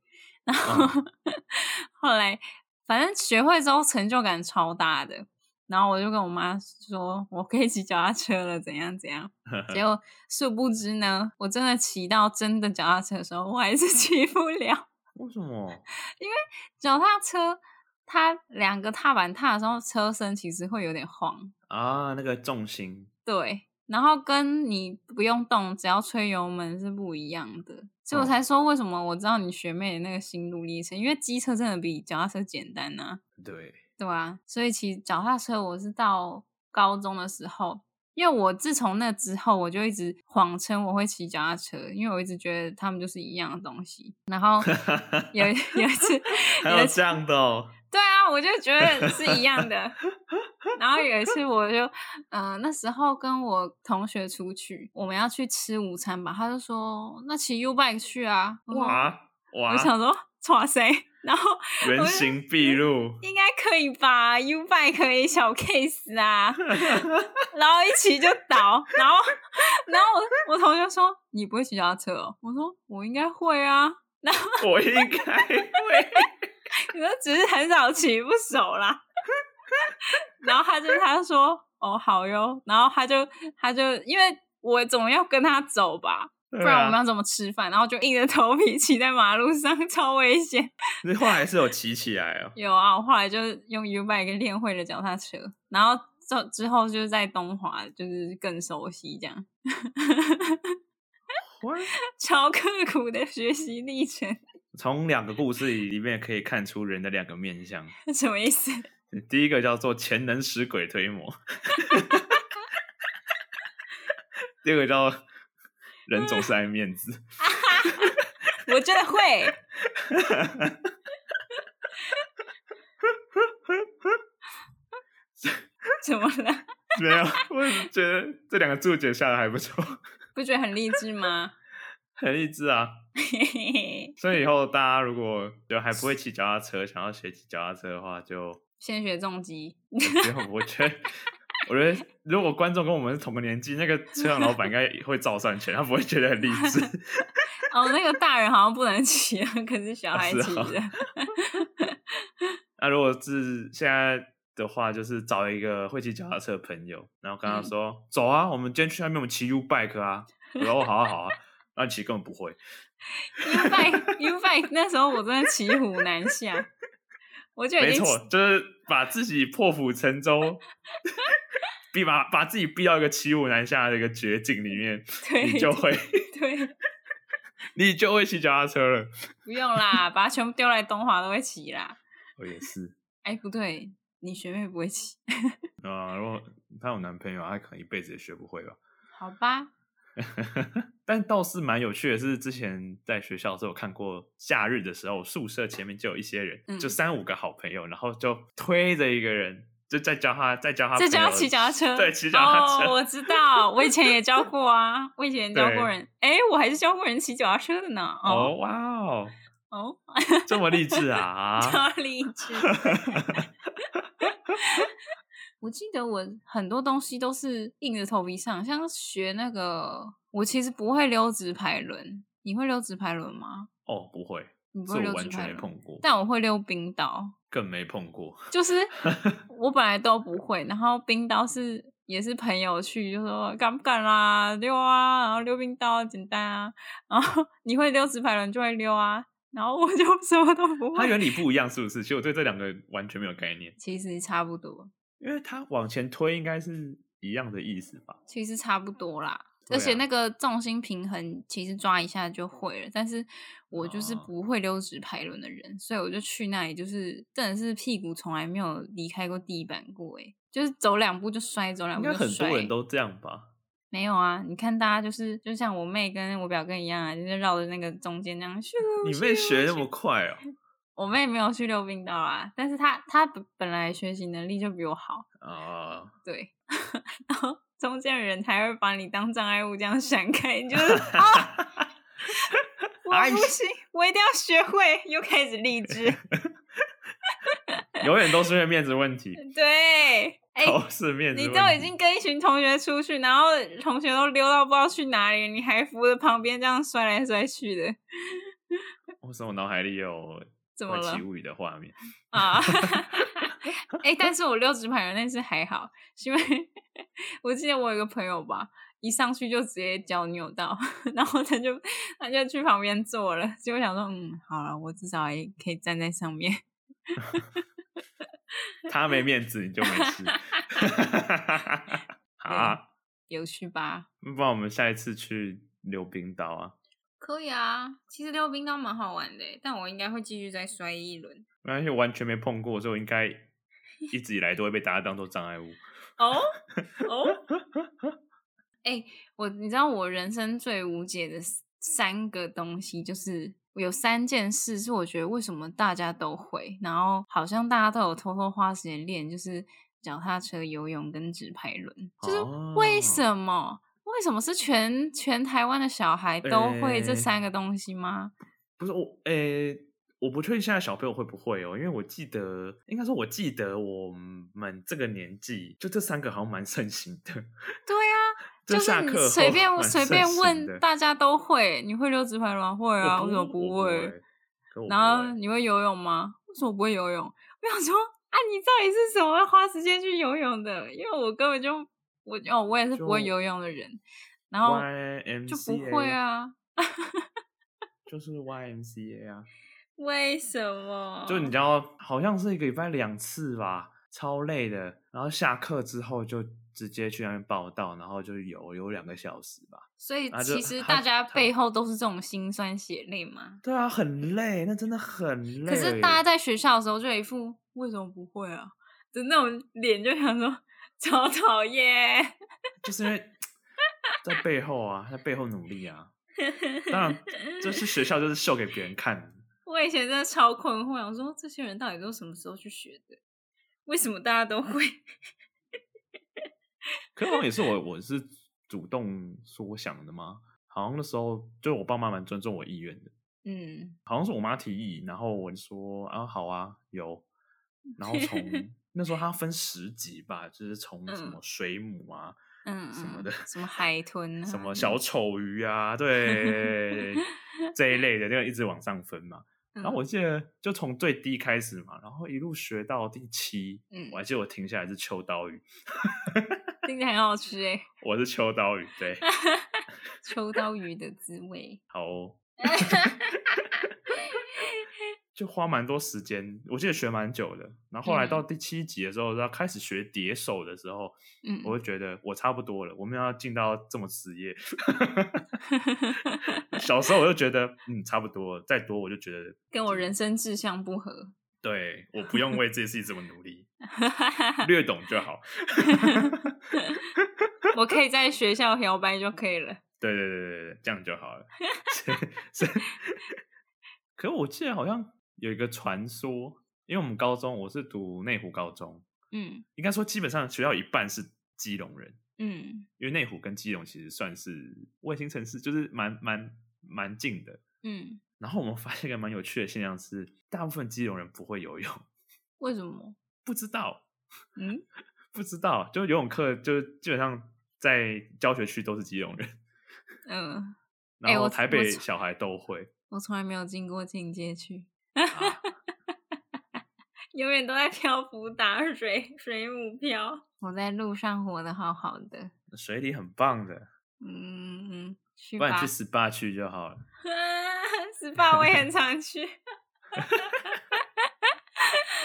Speaker 2: 然后、
Speaker 1: 啊
Speaker 2: 后来反正学会之后成就感超大的，然后我就跟我妈说，我可以骑脚踏车了，怎样怎样。结果殊不知呢，我真的骑到真的脚踏车的时候，我还是 骑不了。
Speaker 1: 为什么？
Speaker 2: 脚踏车它两个踏板踏的时候，车身其实会有点晃，
Speaker 1: 啊，那个重心
Speaker 2: 对。然后跟你不用动，只要吹油门是不一样的，所以我
Speaker 1: 哦
Speaker 2: 才说为什么我知道你学妹的那个心路历程，因为机车真的比脚踏车简单呐、
Speaker 1: 对，
Speaker 2: 对啊，所以其实脚踏车我是到高中的时候，因为我自从那之后，我就一直谎称我会骑脚踏车，因为我一直觉得他们就是一样的东西。然后有有一次，
Speaker 1: 还有这样的哦，
Speaker 2: 对啊，我就觉得是一样的。然后有一次，我就嗯、呃那时候跟我同学出去，我们要去吃午餐吧，他就说那骑 U bike 去啊。我说，
Speaker 1: 哇哇
Speaker 2: 我，想说哇塞， 然后
Speaker 1: 原形毕露，
Speaker 2: 应该可以吧？U bike 可以小 case 啊， 然后一骑就倒，然后然后我我同学说你不会骑脚踏车哦，我说我应该会啊，
Speaker 1: 我应该会。
Speaker 2: 你说只是很少骑不熟啦。 然后他就他就说哦好哟，然后他就他就因为我总要跟他走吧，不
Speaker 1: 不
Speaker 2: 然我们要怎么吃饭？然后就硬着头皮骑在马路上， 超危险。
Speaker 1: 那话还是有骑起来 哦。
Speaker 2: 有啊，我后来就用 U bike 练会了脚踏车，然后之之后就是在东华就是更熟悉这样，
Speaker 1: What？
Speaker 2: 超刻苦的学习历程，
Speaker 1: 从两个故事里面可以看出人的两个面相。嗯
Speaker 2: 什么意思？
Speaker 1: 第一个叫做潜能使鬼推磨， 第二个叫人总是爱面子。
Speaker 2: 我真的会。怎么了？
Speaker 1: 没有，我只是觉得这两个注解下的还不错，
Speaker 2: 不觉得很励志吗？
Speaker 1: 很励志啊。
Speaker 2: 嘿嘿嘿，
Speaker 1: 所以以后大家如果就还不会骑脚踏车，想要学骑脚踏车的话，就
Speaker 2: 先学重击，
Speaker 1: 不用。我觉得， 我觉得如果观众跟我们是同个年纪，那个车辆老板应该会照算钱，他不会觉得很励志。
Speaker 2: 哦，那个大人好像不能骑啊，可是小孩
Speaker 1: 是
Speaker 2: 骑
Speaker 1: 啊
Speaker 3: 哦
Speaker 2: 的。
Speaker 1: 那、如果是现在的话，就是找一个会骑脚踏车的朋友，然后跟
Speaker 2: 嗯
Speaker 1: 他 说：“走啊，我们今天去那边，我们骑 U bike 啊。”我说：“哦好啊，好啊。”那你骑根本不会，
Speaker 2: U bike U bike 那时候我真的骑虎难下，我就已
Speaker 3: 没
Speaker 2: 经
Speaker 3: 错，就是把自己破釜沉 舟，逼把把自己逼到一个骑虎难下的一个绝境里面，
Speaker 2: 对
Speaker 3: 你就会
Speaker 2: 对，
Speaker 3: 你就会骑脚踏车了。
Speaker 2: 不用啦，把它全部丢来东华都会骑啦。
Speaker 1: 我哦也是
Speaker 2: 哎，不对，你学妹不会骑，
Speaker 1: 啊。如果她有男朋友，她可能一辈子也学不会吧。
Speaker 2: 好吧？
Speaker 1: 但倒是蛮有趣的是，之前在学校的时候有看过，假日的时候宿舍前面就有一些人，
Speaker 2: 嗯
Speaker 1: 就三五个好朋友，然后就推着一个人，就在教他，在教他，
Speaker 2: 这就要骑脚踏车，
Speaker 3: 对骑脚踏车
Speaker 2: 哦，我知道，我以前也教过啊，我以前也教
Speaker 3: 对
Speaker 2: 过人，哎，我还是教过人骑脚踏车的呢。
Speaker 3: 哦，哇哦，
Speaker 2: 哦，
Speaker 3: 这么励志 啊！
Speaker 2: 超励志。我记得我很多东西都是硬着头皮上，像学那个，我其实不会溜直排轮。你会溜直排轮吗？
Speaker 1: 哦，不会，
Speaker 2: 你不
Speaker 1: 这
Speaker 2: 会溜
Speaker 1: 我
Speaker 2: 直
Speaker 1: 完全
Speaker 2: 排
Speaker 1: 没
Speaker 2: 轮，
Speaker 1: 碰过，
Speaker 2: 但我会溜冰刀。
Speaker 1: 更没碰过。
Speaker 2: 就是 我本来都不会，然后冰刀是也是朋友去就说敢不敢啦，溜啊，然后溜冰刀简单啊，然后 你会溜直排轮就会溜啊，然后我就什么都不
Speaker 1: 它
Speaker 2: 会。
Speaker 1: 原理不一样，是不是？其实我对这两个完全没有概念，
Speaker 2: 其实差不多，
Speaker 1: 因为它往前推应该是一样的意思吧？
Speaker 2: 其实差不多啦。
Speaker 1: 对
Speaker 2: 而且
Speaker 1: 啊
Speaker 2: 那个重心平衡其实抓一下就会了，但是我就是
Speaker 1: 哦
Speaker 2: 不会溜直排轮的人，所以我就去那里，就是真的是屁股从来没有离开过地板过，诶，就是走两步就摔，走两
Speaker 1: 应
Speaker 2: 步
Speaker 1: 该
Speaker 2: 就摔。
Speaker 1: 很多人都这样吧？
Speaker 2: 没有啊，你看大家就是就像我妹跟我表哥一样啊，就是绕着那个中间那样咻。
Speaker 1: 你妹
Speaker 2: 咻
Speaker 1: 学那
Speaker 2: 咻
Speaker 1: 么快哦？
Speaker 2: 我妹没有去溜冰道啊，但是她她本本来学习能力就比我好，
Speaker 1: 啊，
Speaker 2: 对， 然后中间的人还会把你当障碍物这样闪开，你就是啊， 我
Speaker 1: 哎
Speaker 2: 不行，我一定要学会，又开始励志，
Speaker 3: 永远都是因为面子问题，
Speaker 2: 对，哎、
Speaker 3: 都是面子
Speaker 2: 你
Speaker 3: 问
Speaker 2: 都
Speaker 3: 题。
Speaker 2: 已经跟一群同学出去，然后同学都溜到不知道去哪里，你还扶着旁边这样摔来摔去的，
Speaker 1: 为什么我脑海里有
Speaker 2: 怎么
Speaker 1: 怪
Speaker 2: 了
Speaker 1: 奇物语的画面？
Speaker 2: 啊？哎、但是我溜直排轮那次还好，是因为我记得我有一个朋友吧，一上去就直接脚扭到，然后他就他就去旁边坐了，结果想说，嗯，好了，我至少还可以站在上面。
Speaker 1: 他没面子，你就没 事。啊，
Speaker 2: 有趣吧？
Speaker 1: 不然我们下一次去溜冰刀啊？
Speaker 2: 可以啊，其实溜冰刀蛮好玩的，欸但我应该会继续再摔一轮。
Speaker 1: 没关系，我完全没碰过，所以我应该一直以来都会被大家当做障碍物。
Speaker 2: 哦 哦，哎，我你知道我人生最无解的三个东西，就是有三件事是我觉得为什么大家都会，然后好像大家都有偷偷花时间练，就是脚踏车、游泳跟直排轮，就是
Speaker 1: 哦
Speaker 2: 为什么？为什么是全全台湾的小孩都会这
Speaker 1: 哎
Speaker 2: 三个东西吗？
Speaker 1: 不是我，诶、我不确定现在小朋友会不会哦，因为我记得，应该说我记得我们这个年纪，就这三个好像蛮盛行的。
Speaker 2: 对啊，
Speaker 1: 这
Speaker 2: 就是
Speaker 1: 下
Speaker 2: 你
Speaker 1: 课后
Speaker 2: 随 便
Speaker 1: 蛮
Speaker 2: 随
Speaker 1: 盛
Speaker 2: 便
Speaker 1: 行
Speaker 2: 问，
Speaker 1: 的
Speaker 2: 大家都会。你会溜直排轮会啊？
Speaker 1: 我
Speaker 2: 为什么
Speaker 1: 不我
Speaker 2: 会？
Speaker 1: 会？可我不
Speaker 2: 然后
Speaker 1: 会
Speaker 2: 你会游泳吗？为什么不会游泳？我想说啊，你到底是怎么会花时间去游泳的？因为我根本就我哦，我也是不会
Speaker 1: 就
Speaker 2: 游泳的人，然后
Speaker 1: YMCA
Speaker 2: 就不会啊。
Speaker 1: 就是 YMCA 啊，
Speaker 2: 为什么？
Speaker 1: 就你知道，好像是一个礼拜两次吧，超累的。然后下课之后就直接去那边报道，然后就游游两个小时吧。
Speaker 2: 所以
Speaker 1: 啊就
Speaker 2: 其实
Speaker 1: 他
Speaker 2: 大家
Speaker 1: 他
Speaker 2: 背后都是这种辛酸血泪嘛。
Speaker 1: 对啊，很累，那真的很累。
Speaker 2: 可是大家在学校的时候就有一副为什么不会啊的那种脸，就想说超讨厌。
Speaker 1: 就是因 为在背后啊，在背后努力啊。当然，这是学校就是秀给别人看的。
Speaker 2: 我以前真的超困惑，想说这些人到底都什么时候去学的？为什么大家都会？
Speaker 1: 可是好像也是我，我是主动说我想的吗？好像那时候就我爸妈蛮尊重我意愿的，
Speaker 2: 嗯，
Speaker 1: 好像是我妈提议，然后我就说啊好啊有，然后 从那时候它分十集吧，就是从什
Speaker 2: 嗯
Speaker 1: 么水母啊、
Speaker 2: 嗯，
Speaker 1: 什么
Speaker 2: 嗯
Speaker 1: 的
Speaker 2: 什么海豚啊，
Speaker 1: 什么小丑鱼啊，对这一类的，就一直往上分嘛。
Speaker 2: 嗯，
Speaker 1: 然后我记得就从最低开始嘛，然后一路学到第七，
Speaker 2: 嗯
Speaker 1: 我还记得我停下来是秋刀鱼，
Speaker 2: 听起来很好吃哎，
Speaker 1: 我是秋刀鱼，对，
Speaker 2: 秋刀鱼的滋味。
Speaker 1: 好哦、就花蛮多时间，我记得学蛮久的。然后后来
Speaker 2: 嗯
Speaker 1: 到第七集的时候，要开始学叠手的时候，
Speaker 2: 嗯，
Speaker 1: 我就觉得我差不多了，我们要进到这么职业。小时候我就觉得，嗯，差不多了，再多我就觉得，
Speaker 2: 跟我人生志向不合。
Speaker 1: 对，我不用为这件事情这么努力，略懂就好。
Speaker 2: 我 可以在学校摇摆就可以了。
Speaker 1: 对对对对对，这样就好了。 是是， 可我记得好像有一个传说，因为我们高中我是读内湖高中，
Speaker 2: 嗯
Speaker 1: 应该说基本上学校一半是基隆人，
Speaker 2: 嗯
Speaker 1: 因为内湖跟基隆其实算是卫星城市，就是蛮蛮蛮近的。
Speaker 2: 嗯，
Speaker 1: 然后我们发现一个蛮有趣的现象是，大部分基隆人不会游泳，
Speaker 2: 为什么？
Speaker 1: 不知道
Speaker 2: 嗯，
Speaker 1: 不知道，就游泳课就基本上在教学区都是基隆人，
Speaker 2: 嗯，哎
Speaker 1: 然后
Speaker 2: 我
Speaker 1: 台
Speaker 2: 我
Speaker 1: 北
Speaker 2: 从
Speaker 1: 小孩都 会。
Speaker 2: 我从来没有进过进阶区，
Speaker 1: 啊
Speaker 2: 永远都在漂浮打水，水母漂。我在路上活得好好的。
Speaker 1: 水里很棒的，
Speaker 2: 嗯嗯，去
Speaker 1: 不然
Speaker 2: 吧
Speaker 1: 去。SPA 去就好了。
Speaker 2: 十八我也很常去。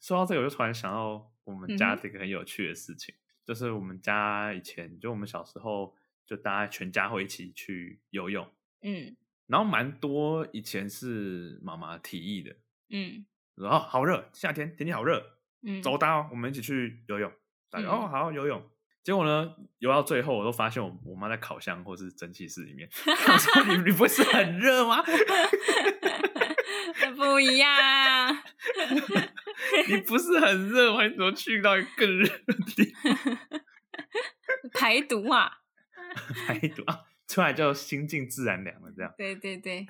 Speaker 1: 说到这个，我就突然想到我们家
Speaker 2: 嗯哼
Speaker 1: 这个很有趣的事情，就是我们家以前就我们小时候就大家全家会一起去游泳，
Speaker 2: 嗯
Speaker 1: 然后蛮多以前是妈妈提议的，
Speaker 2: 嗯
Speaker 1: 然后好热，夏天天气好热，
Speaker 2: 嗯，
Speaker 1: 走大哦，我们一起去游泳。大家、
Speaker 2: 嗯
Speaker 1: 哦好游泳，结果呢游到最后，我都发现我我妈在烤箱或是蒸汽室里面。 我说你你不是很热吗？
Speaker 2: 不一样。
Speaker 1: 你不是很热吗？你怎么去到一个更热的地方
Speaker 2: 排毒啊！
Speaker 1: 排毒 啊？出来就心静自然凉了，这样
Speaker 2: 对对对，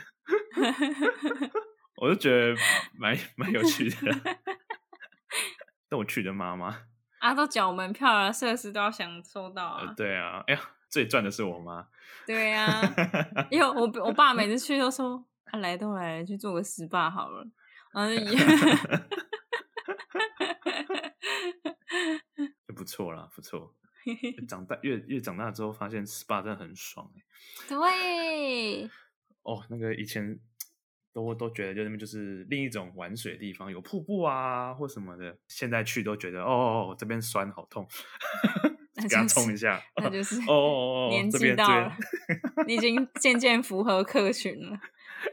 Speaker 1: 我就觉得蛮蛮有趣的。 逗趣的妈妈，
Speaker 2: 啊，都缴门票了，设施都要享受到
Speaker 1: 呃
Speaker 2: 啊。
Speaker 1: 对啊，哎呀，最赚的是我妈，
Speaker 2: 对啊，因为我我爸每次去都说，啊来都来了，去做个 SPA 好了。哎然后就
Speaker 1: 就不错啦，不 错。长大越越长大之后，发现 SPA 真的很爽、欸、
Speaker 2: 对，
Speaker 1: 哦，那个以前都都觉得就那边就是另一种玩水的地方，有瀑布啊或什么的。现在去都觉得哦哦，哦这边酸好 痛，
Speaker 2: 那
Speaker 1: 给它
Speaker 2: 就是
Speaker 1: 冲一下。
Speaker 2: 那就是
Speaker 1: 哦哦哦，
Speaker 2: 年
Speaker 1: 这
Speaker 2: 纪
Speaker 1: 边这
Speaker 2: 到
Speaker 1: 边
Speaker 2: 了，你 已经渐渐符合客群了。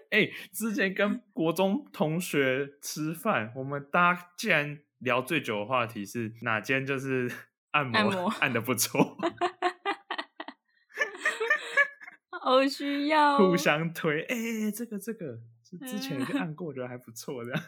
Speaker 1: 哎、之前
Speaker 2: 嗯
Speaker 1: 跟国中同学吃饭，我们大家竟然聊最久的话题是哪间就是 按摩
Speaker 2: 按摩
Speaker 1: 按的不 错，
Speaker 2: 我需要
Speaker 1: 互相推，哎、这个这个是之前
Speaker 2: 嗯
Speaker 1: 有个按过，我觉得还不错的。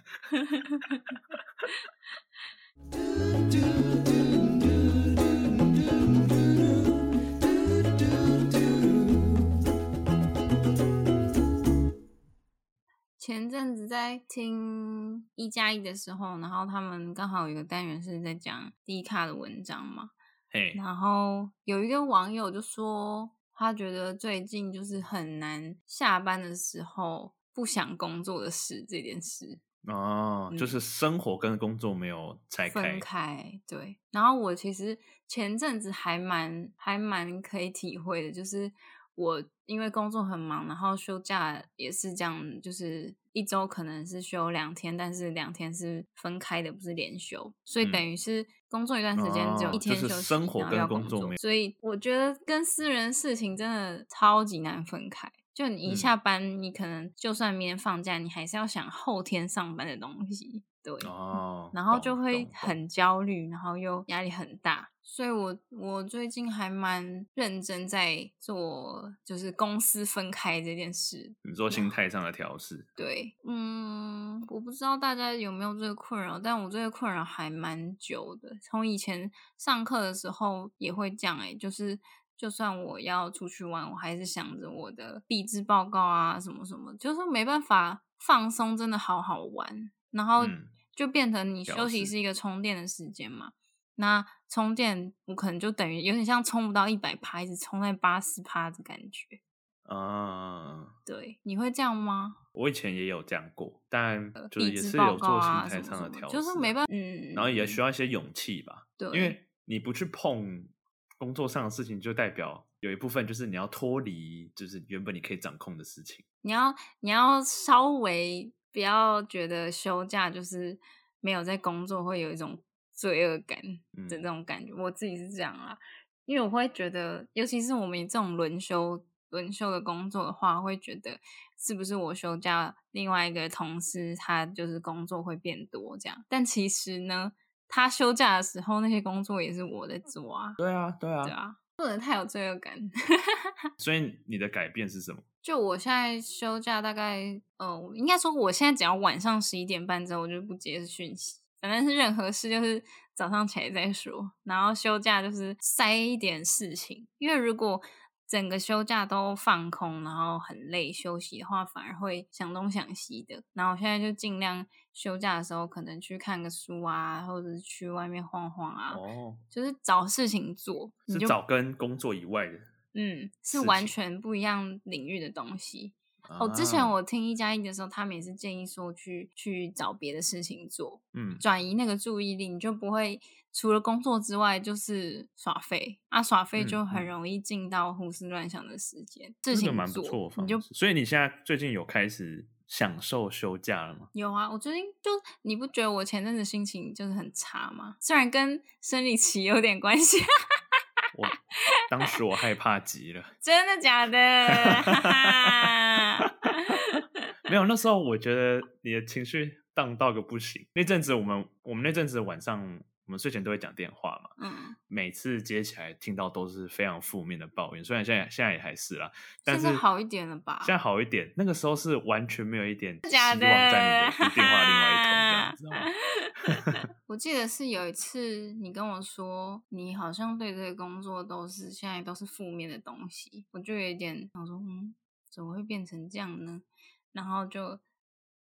Speaker 2: 前阵子在听一加一的时候，然后他们刚好有一个单元是在讲低卡的文章嘛，
Speaker 1: 嘿，
Speaker 2: 然后有一个网友就说，他觉得最近就是很难下班的时候不想工作的事这件事
Speaker 1: 哦，就
Speaker 2: 嗯
Speaker 1: 是生活跟工作没有拆开
Speaker 2: 分，开。对，然后我其实前阵子还蛮还蛮可以体会的，就是我因为工作很忙，然后休假也是这样，就是一周可能是休两天，但是两天是分开的，不是连休，所以
Speaker 1: 嗯
Speaker 2: 等于是工作一段时间只
Speaker 1: 哦
Speaker 2: 有一天
Speaker 1: 就是
Speaker 2: 休息，
Speaker 1: 生活
Speaker 2: 然后
Speaker 1: 跟
Speaker 2: 要
Speaker 1: 工
Speaker 2: 工
Speaker 1: 作
Speaker 2: 作
Speaker 1: 没有
Speaker 2: 所以我觉得跟私人事情真的超级难分开。就你一
Speaker 1: 嗯
Speaker 2: 下班，你可能就算明天放假，你还是要想后天上班的东西。对，
Speaker 1: 哦，
Speaker 2: 然后
Speaker 1: 懂
Speaker 2: 就
Speaker 1: 懂
Speaker 2: 会
Speaker 1: 懂
Speaker 2: 很焦虑，然后又压力很大。所以我我最近还蛮认真在做，就是公私分开这件事。
Speaker 1: 你说心态上的调试，
Speaker 2: 对，嗯，我不知道大家有没有这个困扰，但我这个困扰还蛮久的，从以前上课的时候也会这样、欸，就是就算我要出去玩，我还是想着我的毕制报告啊，什么什么，就是没办法放松，真的好好玩，然后
Speaker 1: 嗯
Speaker 2: 就变成你
Speaker 1: 了
Speaker 2: 休息
Speaker 1: 解
Speaker 2: 是一个充电的时间嘛。那充电，我可能就等于有点像充不到一百趴，一直充在八十趴的感觉。
Speaker 1: 啊。
Speaker 2: 对，你会这样吗？
Speaker 1: 我以前也有这样过，但就
Speaker 2: 地
Speaker 1: 是也
Speaker 2: 质
Speaker 1: 是
Speaker 2: 呃报
Speaker 1: 有
Speaker 2: 告
Speaker 1: 做心
Speaker 2: 啊，
Speaker 1: 态
Speaker 2: 什么
Speaker 1: 上的
Speaker 2: 什
Speaker 1: 调
Speaker 2: 么，
Speaker 1: 试，
Speaker 2: 就是没办法，嗯，
Speaker 1: 然后也需要一些勇气吧，
Speaker 2: 对，
Speaker 1: 因为你不去碰工作上的事情，就代表有一部分就是你要脱离，就是原本你可以掌控的事情。
Speaker 2: 你要你要稍微不要觉得休假就是没有在工作会有一种罪恶感
Speaker 1: 嗯
Speaker 2: 的那种感觉，我自己是这样啦，因为我会觉得，尤其是我们这种轮休轮休的工作的话，会觉得是不是我休假，另外一个同事他就是工作会变多这样，但其实呢，他休假的时候那些工作也是我在做啊，
Speaker 1: 对啊，对啊，
Speaker 2: 对啊，不能太有罪恶感。
Speaker 1: 所以你的改变是什么？
Speaker 2: 就我现在休假大概，呃，应该说我现在只要晚上十一点半之后，我就不接讯息。反正是任何事就是早上起来再说，然后休假就是塞一点事情，因为如果整个休假都放空，然后很累休息的话，反而会想东想西的。然后我现在就尽量休假的时候，可能去看个书啊，或者是去外面晃晃啊，
Speaker 1: 哦，
Speaker 2: 就是找事情做，你
Speaker 1: 是
Speaker 2: 就
Speaker 1: 找跟工作以外的。
Speaker 2: 嗯
Speaker 1: 事
Speaker 2: 是完
Speaker 1: 情
Speaker 2: 全不一样领域的东西。
Speaker 1: 哦
Speaker 2: 哦，之前我听一加一的时候，他们也是建议说去去找别的事情做，
Speaker 1: 嗯，
Speaker 2: 转移那个注意力，你就不会除了工作之外就是耍废啊，耍废
Speaker 1: 嗯
Speaker 2: 就很
Speaker 1: 嗯
Speaker 2: 容易进到胡思乱想的时间，事
Speaker 1: 这
Speaker 2: 情
Speaker 1: 个蛮不
Speaker 2: 做
Speaker 1: 错的
Speaker 2: 你
Speaker 1: 方
Speaker 2: 就
Speaker 1: 式。所以你现在最近有开始享受休假了吗？
Speaker 2: 有啊，我最近就你不觉得我前阵子心情就是很差吗？虽然跟生理期有点关系，
Speaker 1: 我当时我害怕极了。
Speaker 2: 真的假的？哈 哈
Speaker 1: 没有，那时候我觉得你的情绪荡到个不行。那阵子我们我们那阵子晚上我们睡前都会讲电话嘛，
Speaker 2: 嗯，
Speaker 1: 每次接起来听到都是非常负面的抱怨，虽然现在现在也还是啦，但
Speaker 2: 现
Speaker 1: 是
Speaker 2: 在好一点了吧
Speaker 1: 现？在好一点，那个时候是完全没有一点希
Speaker 2: 假
Speaker 1: 望
Speaker 2: 的
Speaker 1: 在你的电话另外一头这哦样，知道 吗？
Speaker 2: 我记得是有一次你跟我说，你好像对这个工作都是现在都是负面的东西，我就有一点想说，嗯，怎么会变成这样呢？然后就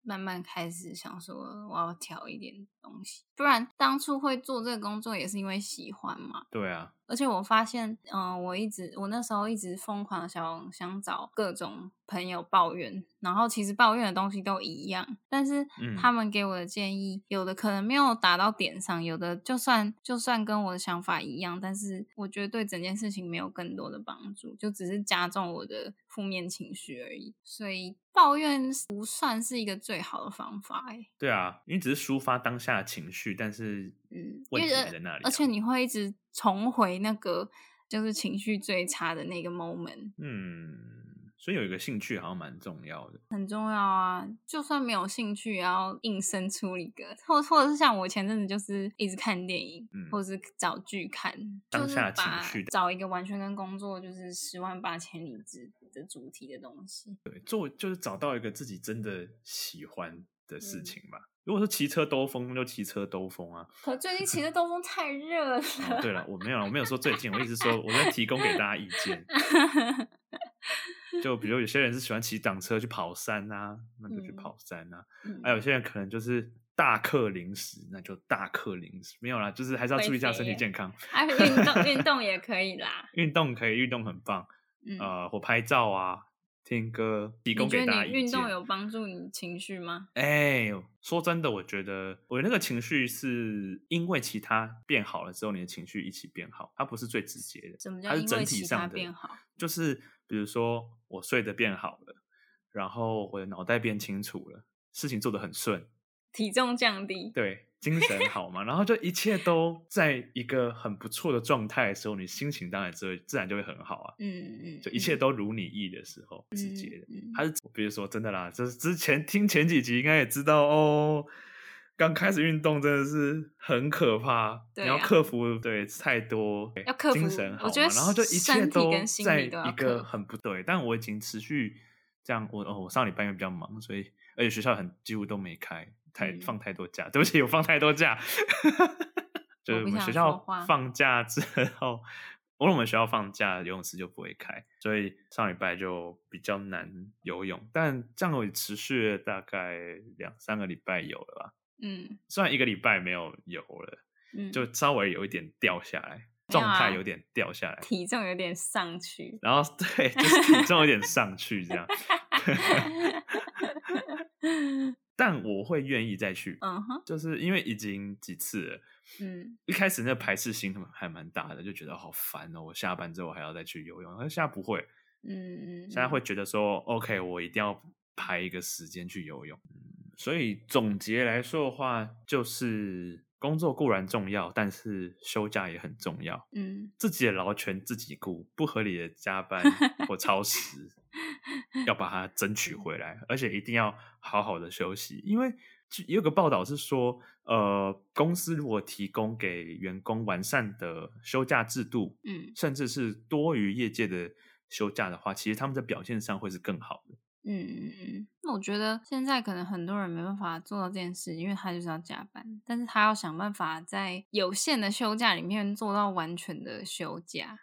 Speaker 2: 慢慢开始想说，我要调一点东西，不然当初会做这个工作也是因为喜欢嘛。
Speaker 1: 对啊，
Speaker 2: 而且我发现，嗯、我一直我那时候一直疯狂的想想找各种朋友抱怨，然后其实抱怨的东西都一样，但是
Speaker 1: 嗯
Speaker 2: 他们给我的建议，有的可能没有打到点上，有的就算就算跟我的想法一样，但是我觉得对整件事情没有更多的帮助，就只是加重我的负面情绪而已。所以抱怨不算是一个最好的方法、欸，
Speaker 1: 对啊，因为只是抒发当下的情绪，但是
Speaker 2: 嗯，
Speaker 1: 问
Speaker 2: 因
Speaker 1: 题
Speaker 2: 为
Speaker 1: 还在那里啊、
Speaker 2: 而且你会一直重回那个就是情绪最差的那个 moment，
Speaker 1: 嗯，所以有一个兴趣好像蛮重要的。
Speaker 2: 很重要啊。就算没有兴趣，也要硬生出一个，或或者是像我前阵子就是一直看电影，
Speaker 1: 嗯
Speaker 2: 或者是找剧看，
Speaker 1: 当
Speaker 2: 就是
Speaker 1: 下情
Speaker 2: 把
Speaker 1: 绪的
Speaker 2: 找一个完全跟工作就是十万八千里之的主题的东西。
Speaker 1: 对，做就是找到一个自己真的喜欢的事
Speaker 2: 嗯
Speaker 1: 情吧。如果说骑车兜风，就骑车兜风啊。
Speaker 2: 可最近骑的兜风太热了，
Speaker 1: 哦，对了，我没有，我没有说最近，我一直说我在提供给大家意 见。就比如有些人是喜欢骑挡车去跑山啊，那就去
Speaker 2: 嗯
Speaker 1: 跑山啊。
Speaker 2: 嗯
Speaker 1: 还有些人可能就是大克零食，那就大克零食。没有啦，就是还是要
Speaker 2: 会
Speaker 1: 注意一下
Speaker 2: 肥
Speaker 1: 身体
Speaker 2: 耶
Speaker 1: 健康。
Speaker 2: 啊，运动运动也可以啦。
Speaker 1: 运动可以，运动很棒。
Speaker 2: 嗯，
Speaker 1: 呃，我拍照啊，听歌，提供
Speaker 2: 你觉
Speaker 1: 给大家
Speaker 2: 得你
Speaker 1: 意
Speaker 2: 运动
Speaker 1: 见
Speaker 2: 有帮助你情绪吗？
Speaker 1: 哎、说真的，我觉得我那个情绪是因为其他变好了之后，你的情绪一起变好，它不是最直接的，
Speaker 2: 怎么叫
Speaker 1: 它是
Speaker 2: 因
Speaker 1: 整
Speaker 2: 为
Speaker 1: 体
Speaker 2: 其
Speaker 1: 上
Speaker 2: 他
Speaker 1: 的
Speaker 2: 变好？
Speaker 1: 就是比如说我睡得变好了，然后我的脑袋变清楚了，事情做得很顺，
Speaker 2: 体重降低？
Speaker 1: 对，精神好嘛，然后就一切都在一个很不错的状态的时候，你心情当然就会自然就会很好啊，
Speaker 2: 嗯嗯，
Speaker 1: 就一切都如你意的时候，直接的。
Speaker 2: 的。嗯
Speaker 1: 他是比如说真的啦，就是之前听前几集应该也知道哦，刚开始运动真的是很可怕，
Speaker 2: 对
Speaker 1: 你要
Speaker 2: 啊
Speaker 1: 克服对太多对
Speaker 2: 要克服
Speaker 1: 精神好嘛，
Speaker 2: 我觉得
Speaker 1: 然后就一切
Speaker 2: 身体
Speaker 1: 都
Speaker 2: 跟心
Speaker 1: 在
Speaker 2: 理都要
Speaker 1: 一
Speaker 2: 克
Speaker 1: 个
Speaker 2: 服
Speaker 1: 很不对，但我已经持续这样，我哦我上礼拜因为比较忙，所以而且学校很几乎都没开，太、
Speaker 2: 嗯
Speaker 1: 放太多假，对不起，我放太多假， 就是
Speaker 2: 我不
Speaker 1: 们
Speaker 2: 想
Speaker 1: 学
Speaker 2: 说
Speaker 1: 校
Speaker 2: 话
Speaker 1: 放假之后，我我们学校放假游泳池就不会开，所以上礼拜就比较难游泳。但这样我也持续了大概两三个礼拜有了吧，
Speaker 2: 嗯
Speaker 1: 虽然一个礼拜没有游了，
Speaker 2: 嗯，
Speaker 1: 就稍微有一点掉下来，
Speaker 2: 没有
Speaker 1: 状
Speaker 2: 啊
Speaker 1: 态有点掉下来，
Speaker 2: 体重有点上去。
Speaker 1: 然后对，就是体重有点上去这样。 但我会愿意再去，
Speaker 2: 嗯哼，
Speaker 1: 就是因为已经几次了，
Speaker 2: 嗯，
Speaker 1: 一开始那排斥心还蛮大的，就觉得好烦哦，我下班之后还要再去游泳，但现在不会，
Speaker 2: 嗯嗯，
Speaker 1: 现在会觉得说、o k 我一定要排一个时间去游泳。所以总结来说的话，就是工作固然重要，但是休假也很重要。
Speaker 2: 嗯，
Speaker 1: 自己的劳权自己顾，不合理的加班或超时，要把它争取回来，而且一定要好好的休息。因为就有个报道是说，呃，公司如果提供给员工完善的休假制度，
Speaker 2: 嗯
Speaker 1: 甚至是多于业界的休假的话，其实他们在表现上会是更好的。
Speaker 2: 嗯嗯嗯，那我觉得现在可能很多人没办法做到这件事，因为他就是要加班，但是他要想办法在有限的休假里面做到完全的休假，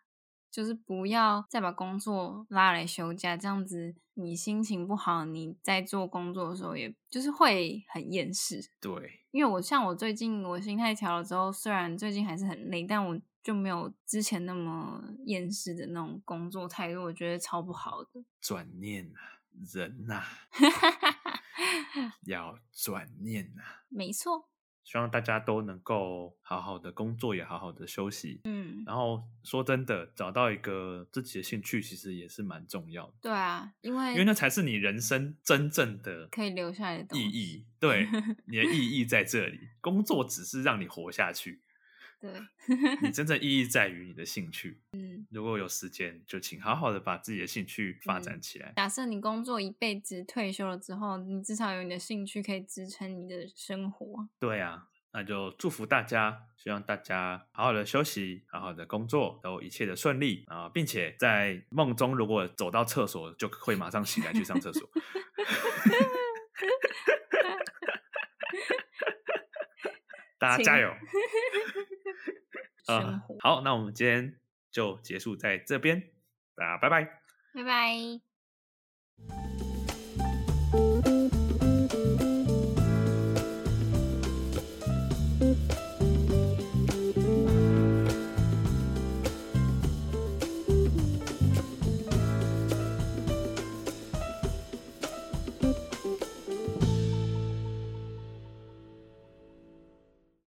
Speaker 2: 就是不要再把工作拉来休假，这样子你心情不好，你在做工作的时候，也就是会很厌世。
Speaker 1: 对，
Speaker 2: 因为我像我最近我心态调了之后，虽然最近还是很累，但我就没有之前那么厌世的那种工作态度，我觉得超不好的。
Speaker 1: 转念啊，人呐、要转念啊呐、
Speaker 2: 没错，
Speaker 1: 希望大家都能够好好的工作，也好好的休息。
Speaker 2: 嗯，
Speaker 1: 然后说真的，找到一个自己的兴趣，其实也是蛮重要的，
Speaker 2: 对啊，因为
Speaker 1: 因为那才是你人生真正的
Speaker 2: 可以留下来的东
Speaker 1: 意
Speaker 2: 西
Speaker 1: 义。 对，你的意义在这里。工作只是让你活下去，
Speaker 2: 对，
Speaker 1: 你真正意义在于你的兴 趣。嗯，如果有时间，就请好好的把自己的兴趣发
Speaker 2: 嗯
Speaker 1: 展起来。
Speaker 2: 假设你工作一辈子，退休了之后，你至少有你的兴趣可以支撑你的生活。
Speaker 1: 对啊，那就祝福大家，希望大家好好的休息，好好的工作，都一切的顺利啊、并且在梦中如果走到厕所，就会马上醒来去上厕所。 大家
Speaker 2: 请
Speaker 1: 加油！啊、
Speaker 2: 嗯生活，
Speaker 1: 好，那我们今天就结束在这边，大家拜拜。
Speaker 2: 拜拜。